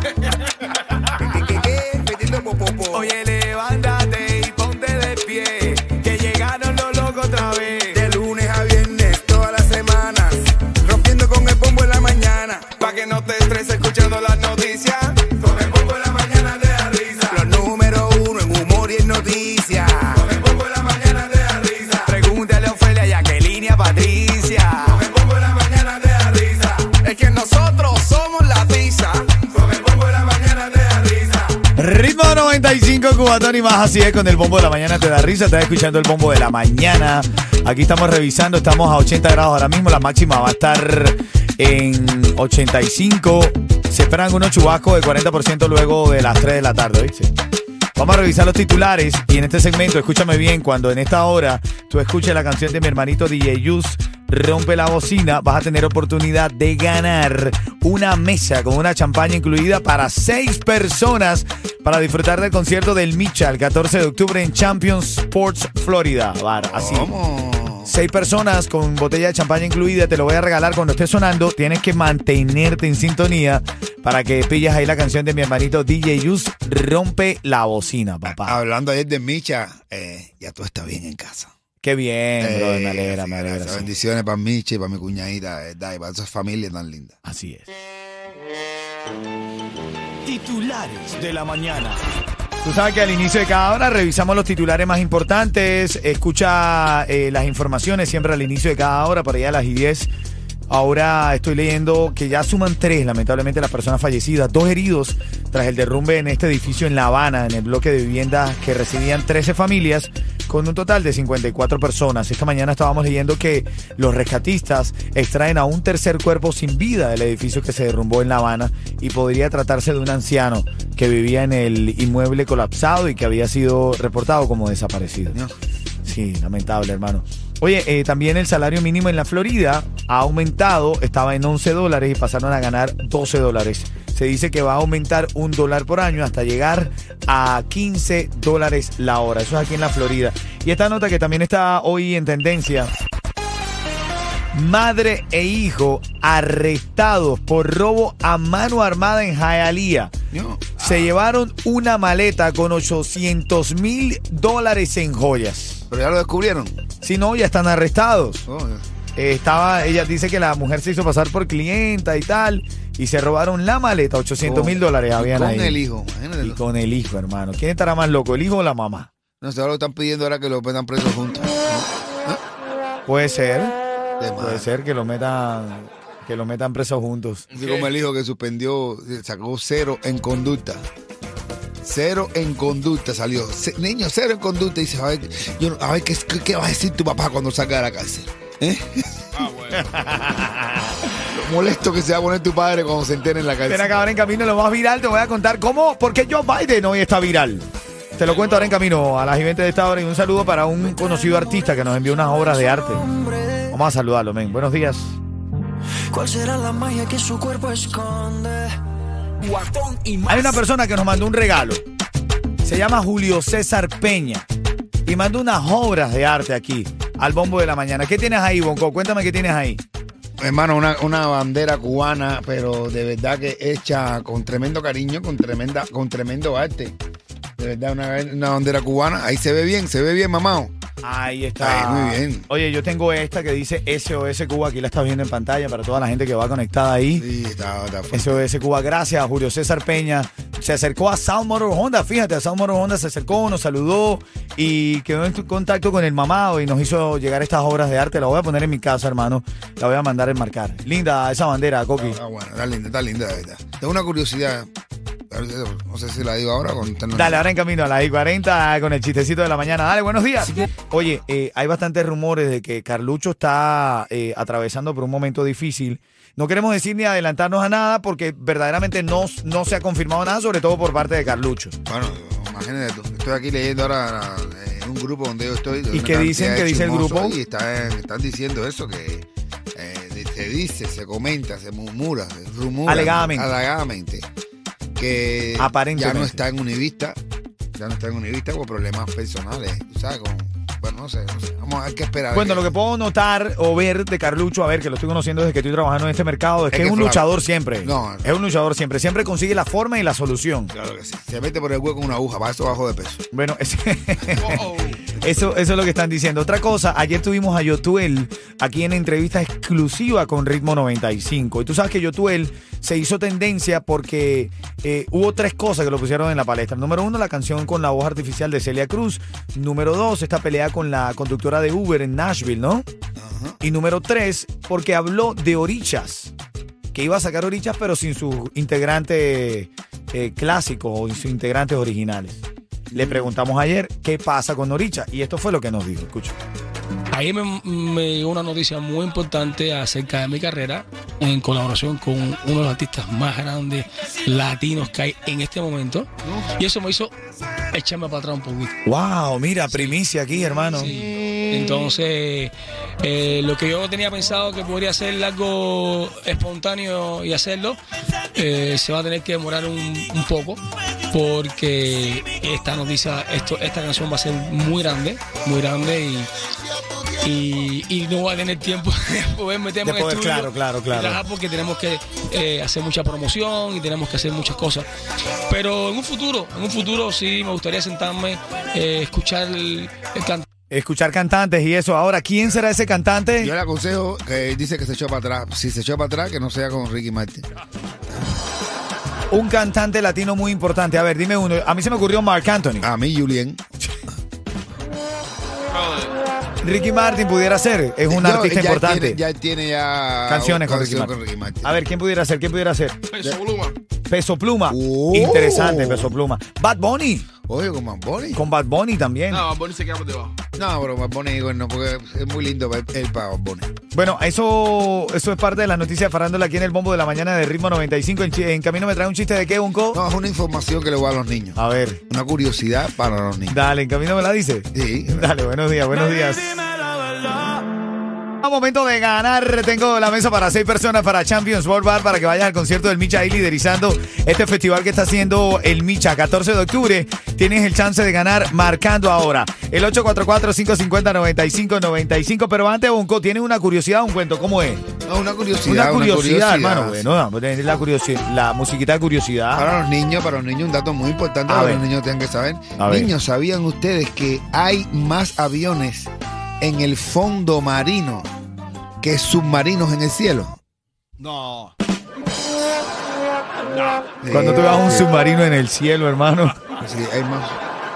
¿Qué, qué, qué? Metiendo popopó. Oye, levántate y ponte de pie. Que llegaron los locos otra vez. De lunes a viernes, todas las semanas. Rompiendo con el bombo en la mañana. Pa' que no te estreses escuchando las noticias. Con el bombo en la mañana te da risa. Los número uno en humor y en noticias. Con el bombo en la mañana te da risa. Pregúntale a Ofelia y a Kelly y a Patricia. Con el bombo en la mañana te da risa. Es que nosotros somos la tiza. Con el bombo en la mañana te da risa. Ritmo 95 cubatón y más así es con el bombo de la mañana te da risa, estás escuchando el bombo de la mañana. Aquí estamos revisando, estamos a 80 grados ahora mismo, la máxima va a estar en 85. Se esperan unos chubascos de 40% luego de las 3 de la tarde, ¿oíste? Vamos a revisar los titulares y en este segmento, escúchame bien, cuando en esta hora tú escuches la canción de mi hermanito DJ Yus, Rompe la bocina, vas a tener oportunidad de ganar una mesa con una champaña incluida para seis personas para disfrutar del concierto del Micha el 14 de octubre en Champions Sports Florida Bar. Así. Oh. Seis personas con botella de champaña incluida, te lo voy a regalar cuando esté sonando. Tienes que mantenerte en sintonía para que pillas ahí la canción de mi hermanito DJ Yus, Rompe la bocina, papá. Hablando ayer de Micha, eh, ya todo está bien en casa. Qué bien, Eh, brother, me alegra, sí, me gracias. alegra. sí. Bendiciones para Micha y para mi cuñadita, de ¿verdad? Y para esa familia tan linda. Así es. Titulares de la mañana. Tú sabes que al inicio de cada hora revisamos los titulares más importantes, escucha eh, las informaciones siempre al inicio de cada hora, para allá a las 10. Ahora estoy leyendo que ya suman tres, lamentablemente, las personas fallecidas, dos heridos tras el derrumbe en este edificio en La Habana, en el bloque de viviendas que recibían 13 familias, con un total de 54 personas. Esta mañana estábamos leyendo que los rescatistas extraen a un tercer cuerpo sin vida del edificio que se derrumbó en La Habana y podría tratarse de un anciano que vivía en el inmueble colapsado y que había sido reportado como desaparecido. No. Sí, lamentable, hermano. Oye, eh, también el salario mínimo en la Florida ha aumentado, estaba en 11 dólares y pasaron a ganar 12 dólares. Se dice que va a aumentar un dólar por año hasta llegar a 15 dólares la hora. Eso es aquí en la Florida. Y esta nota que también está hoy en tendencia. Madre e hijo arrestados por robo a mano armada en Hialeah. No. Se llevaron una maleta con 800 mil dólares en joyas. Pero ya lo descubrieron. Si no, ya están arrestados. Oh, ya. Eh, estaba, ella dice que la mujer se hizo pasar por clienta y tal, y se robaron la maleta, 800 mil Con- dólares Oh, y habían con ahí. el hijo, imagínate. Y con el hijo, hermano. ¿Quién estará más loco, el hijo o la mamá? No sé, ahora lo están pidiendo ahora que lo metan preso juntos. Puede ser, De puede madre. ser que lo metan, que lo metan presos juntos. Así como el hijo que suspendió, sacó cero en conducta. Cero en conducta salió. Ce- niño, cero en conducta. Y dice, a ver, yo no- a ver ¿qué, qué, qué va a decir tu papá cuando salga de la cárcel? ¿Eh? Ah, Lo molesto que se va a poner tu padre cuando se entere en la Ven cárcel. acá ahora en camino, lo más viral, te voy a contar cómo, por qué Joe Biden hoy está viral. Te lo cuento ahora en camino a las 20 de esta hora y un saludo para un conocido artista que nos envió unas obras de arte. Vamos a saludarlo, men. Buenos días. ¿Cuál será la magia que su cuerpo esconde? Guatón y Hay una persona que nos mandó un regalo. Se llama Julio César Peña. Y mandó unas obras de arte aquí, al bombo de la mañana. ¿Qué tienes ahí, Bonco? Cuéntame qué tienes ahí. Hermano, una, una bandera cubana, pero de verdad que hecha con tremendo cariño, con tremenda, con tremendo arte. De verdad, una, una bandera cubana. Ahí se ve bien, se ve bien, mamado. Ahí está. Ahí, muy bien. Oye, yo tengo esta que dice SOS Cuba. Aquí la estás viendo en pantalla para toda la gente que va conectada ahí. Sí, está, está fuerte. SOS Cuba, gracias a Julio César Peña. Se acercó a Sound Motor Honda, fíjate, a Sound Motor Honda se acercó, nos saludó y quedó en tu- contacto con el mamado y nos hizo llegar estas obras de arte. La voy a poner en mi casa, hermano. La voy a mandar a enmarcar. Linda esa bandera, Coqui. Está Ah, bueno, está linda, está linda, de verdad. Tengo una curiosidad. No sé si la digo ahora o con Dale, ahora en camino a las I40 con el chistecito de la mañana. Dale, buenos días. Oye, eh, hay bastantes rumores de que Carlucho está eh, atravesando por un momento difícil. No queremos decir ni adelantarnos a nada porque verdaderamente no, no se ha confirmado nada, sobre todo por parte de Carlucho. Bueno, imagínate tú. Estoy aquí leyendo ahora eh, un grupo donde yo estoy. de ¿Y una qué dicen? cantidad ¿Qué de dice el chismosos grupo? Y están, están diciendo eso, que eh, se dice, se comenta, se murmura, se rumora. Alegadamente. alegadamente, Que ya Aparentemente. no está en Univista. Ya no está en Univista por problemas personales. tú ¿Sabes? Con, bueno, no sé, no sé. Vamos a ver qué esperar. Bueno, lo que puedo notar o ver de Carlucho, a ver, que lo estoy conociendo desde que estoy trabajando en este mercado, es, que es que un flaco. luchador siempre. No. Es un luchador siempre. Siempre consigue la forma y la solución. Claro que sí. Se mete por el hueco con una aguja, para eso bajo de peso. Bueno, es- eso, eso es lo que están diciendo. Otra cosa, ayer tuvimos a Yotuel aquí en entrevista exclusiva con Ritmo 95. Y tú sabes que Yotuel se hizo tendencia porque eh, hubo tres cosas que lo pusieron en la palestra. Número uno, la canción con la voz artificial de Celia Cruz. Número dos, esta pelea con la conductora de Uber en Nashville, ¿no? Y número tres, porque habló de orichas. Que iba a sacar orichas, pero sin sus integrantes eh, clásicos o sus integrantes originales. Le preguntamos ayer qué pasa con Oricha y esto fue lo que nos dijo. Escucha. Ahí me, me llegó una noticia muy importante acerca de mi carrera en colaboración con uno de los artistas más grandes latinos que hay en este momento. Y eso me hizo echarme para atrás un poquito. Wow, mira, primicia aquí, hermano. Entonces, eh, lo que yo tenía pensado que podría ser algo espontáneo y hacerlo, eh, se va a tener que demorar un, un poco, porque esta noticia, esto, esta canción va a ser muy grande, muy grande y, y, y no va a tener tiempo de poder meterme De en el poder, estudio claro, claro, y claro. trabajar porque tenemos que eh, hacer mucha promoción y tenemos que hacer muchas cosas. Pero en un futuro, en un futuro sí me gustaría sentarme, eh, escuchar el, el canto. Escuchar cantantes y eso. Ahora, ¿quién será ese cantante? Yo le aconsejo que dice que se echó para atrás. Si se echó para atrás, que no sea con Ricky Martin. Un cantante latino muy importante. A ver, dime uno. A mí se me ocurrió Mark Anthony. A mí, Julien. Ricky Martin pudiera ser. Es un Yo- artista ya importante. Tiene, ya tiene ya Canciones con Ricky canción Martin. A ver, ¿quién pudiera ser? ¿Quién pudiera ser? Peso Pluma. Oh. Interesante, Peso Pluma. Bad Bunny. Oye, con Bad Bunny. Con Bad Bunny también. No, pero Bad Bunny, bueno, porque es muy lindo pa- el para Bad Bunny. Bueno, eso, eso es parte de las noticias de Farándula aquí en el Bombo de la Mañana de Ritmo 95. En, chi- en camino me trae un chiste de qué, Bunko. No, es una información que le voy a los niños. A ver, Una curiosidad para los niños. dale, en camino me la dice. Sí. Dale, buenos días, buenos días. A momento de ganar, tengo la mesa para seis personas para Champions World Bar para que vayas al concierto del Micha ahí liderizando este festival que está haciendo el Micha. 14 de octubre tienes el chance de ganar marcando ahora el 844-550-9595. Pero antes, Bonco, tienes una curiosidad, un cuento, ¿cómo es? No, una curiosidad. Una curiosidad, hermano. Bueno, pues, tenés la curiosidad, la musiquita de curiosidad. Para los niños, para los niños, un dato muy importante Ah. A para ver. los niños tengan que saber. A ver. Niños, ¿sabían ustedes que hay más aviones en el fondo marino que submarinos en el cielo? No. Eh, pues Cuando tú vas a un submarino en el cielo, hermano, Sí, hay más.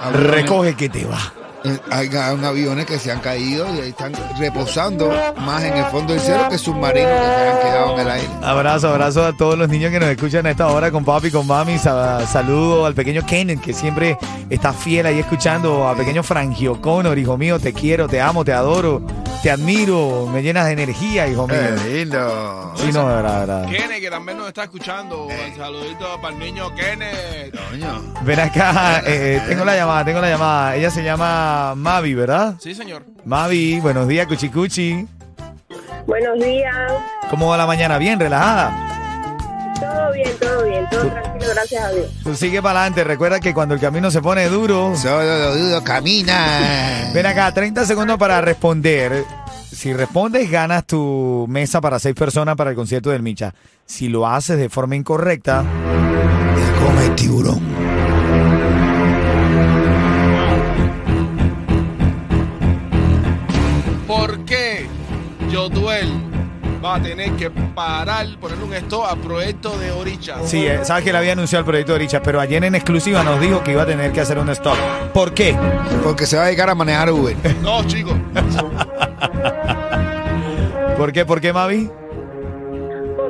aviones. recoge que te va. Eh, Hay, ga- hay aviones que se han caído y ahí están reposando más en el fondo del cielo que submarinos que se han quedado en el aire. Abrazo, abrazo a todos los niños que nos escuchan a esta hora con papi, con mami. Sa- saludo al pequeño Kenneth que siempre está fiel ahí escuchando. A pequeño Frangio Connor, hijo mío, te quiero, te amo, te adoro, te admiro, me llenas de energía, hijo mío. Eh, lindo! Sí, no, de verdad, de verdad. Kenneth, que también nos está escuchando. Un saludito para el niño Kenneth. Coño. Ven acá, eh, tengo la llamada, tengo la llamada. Ella se llama Mavi, ¿verdad? Sí, señor. Mavi, buenos días, Cuchicuchi. Buenos días. ¿Cómo va la mañana? Bien, relajada. Todo bien, todo bien, todo tranquilo, gracias a Dios. Tú sigue para adelante. Recuerda que cuando el camino se pone duro, Solo lo dudo, camina. Ven acá, 30 segundos para responder. Si respondes, ganas tu mesa para seis personas para el concierto del Micha. Si lo haces de forma incorrecta, Te come el tiburón. Yotuel va a tener que parar, poner un stop al proyecto de Oricha. Sí, eh, sabes que le había anunciado el proyecto de Richard, pero ayer en exclusiva nos dijo que iba a tener que hacer un stop. ¿Por qué? Porque se va a dedicar a manejar Uber. No, chicos. ¿Por qué? ¿Por qué, Mavi?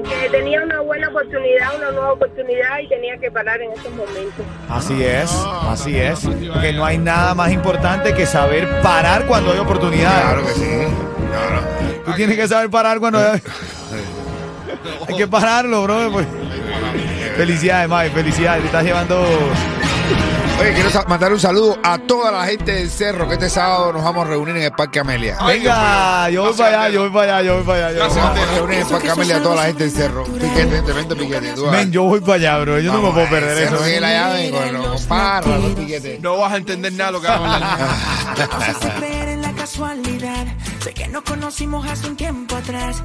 Porque tenía una buena oportunidad, una nueva oportunidad y tenía que parar en esos momentos. Así es, no, así no, es. no, no, no, Porque no. no hay nada más importante que saber parar cuando hay oportunidades. Claro que sí. Claro. Tú tienes que saber parar cuando hay... Hay que pararlo, bro. pues. Felicidades, Mavi, felicidades. Te estás llevando... Oye, quiero sa- mandar un saludo a toda la gente del cerro que este sábado nos vamos a reunir en el Parque Amelia. Venga, yo voy Gracias, para allá, Teo. yo voy para allá, yo voy para allá. yo voy Gracias, para allá. Vamos a reunir en el Parque Amelia a toda la gente del cerro. Piquete, tremendo piquete. Tú, Men, yo voy para allá, bro. Yo no me Vamos, puedo eh, perder cerro eso. tiene la llave con los comparras, los piquetes. No vas a entender nada lo que vamos a hablar. No sé si creer en la casualidad. Sé que nos conocimos hace un tiempo atrás.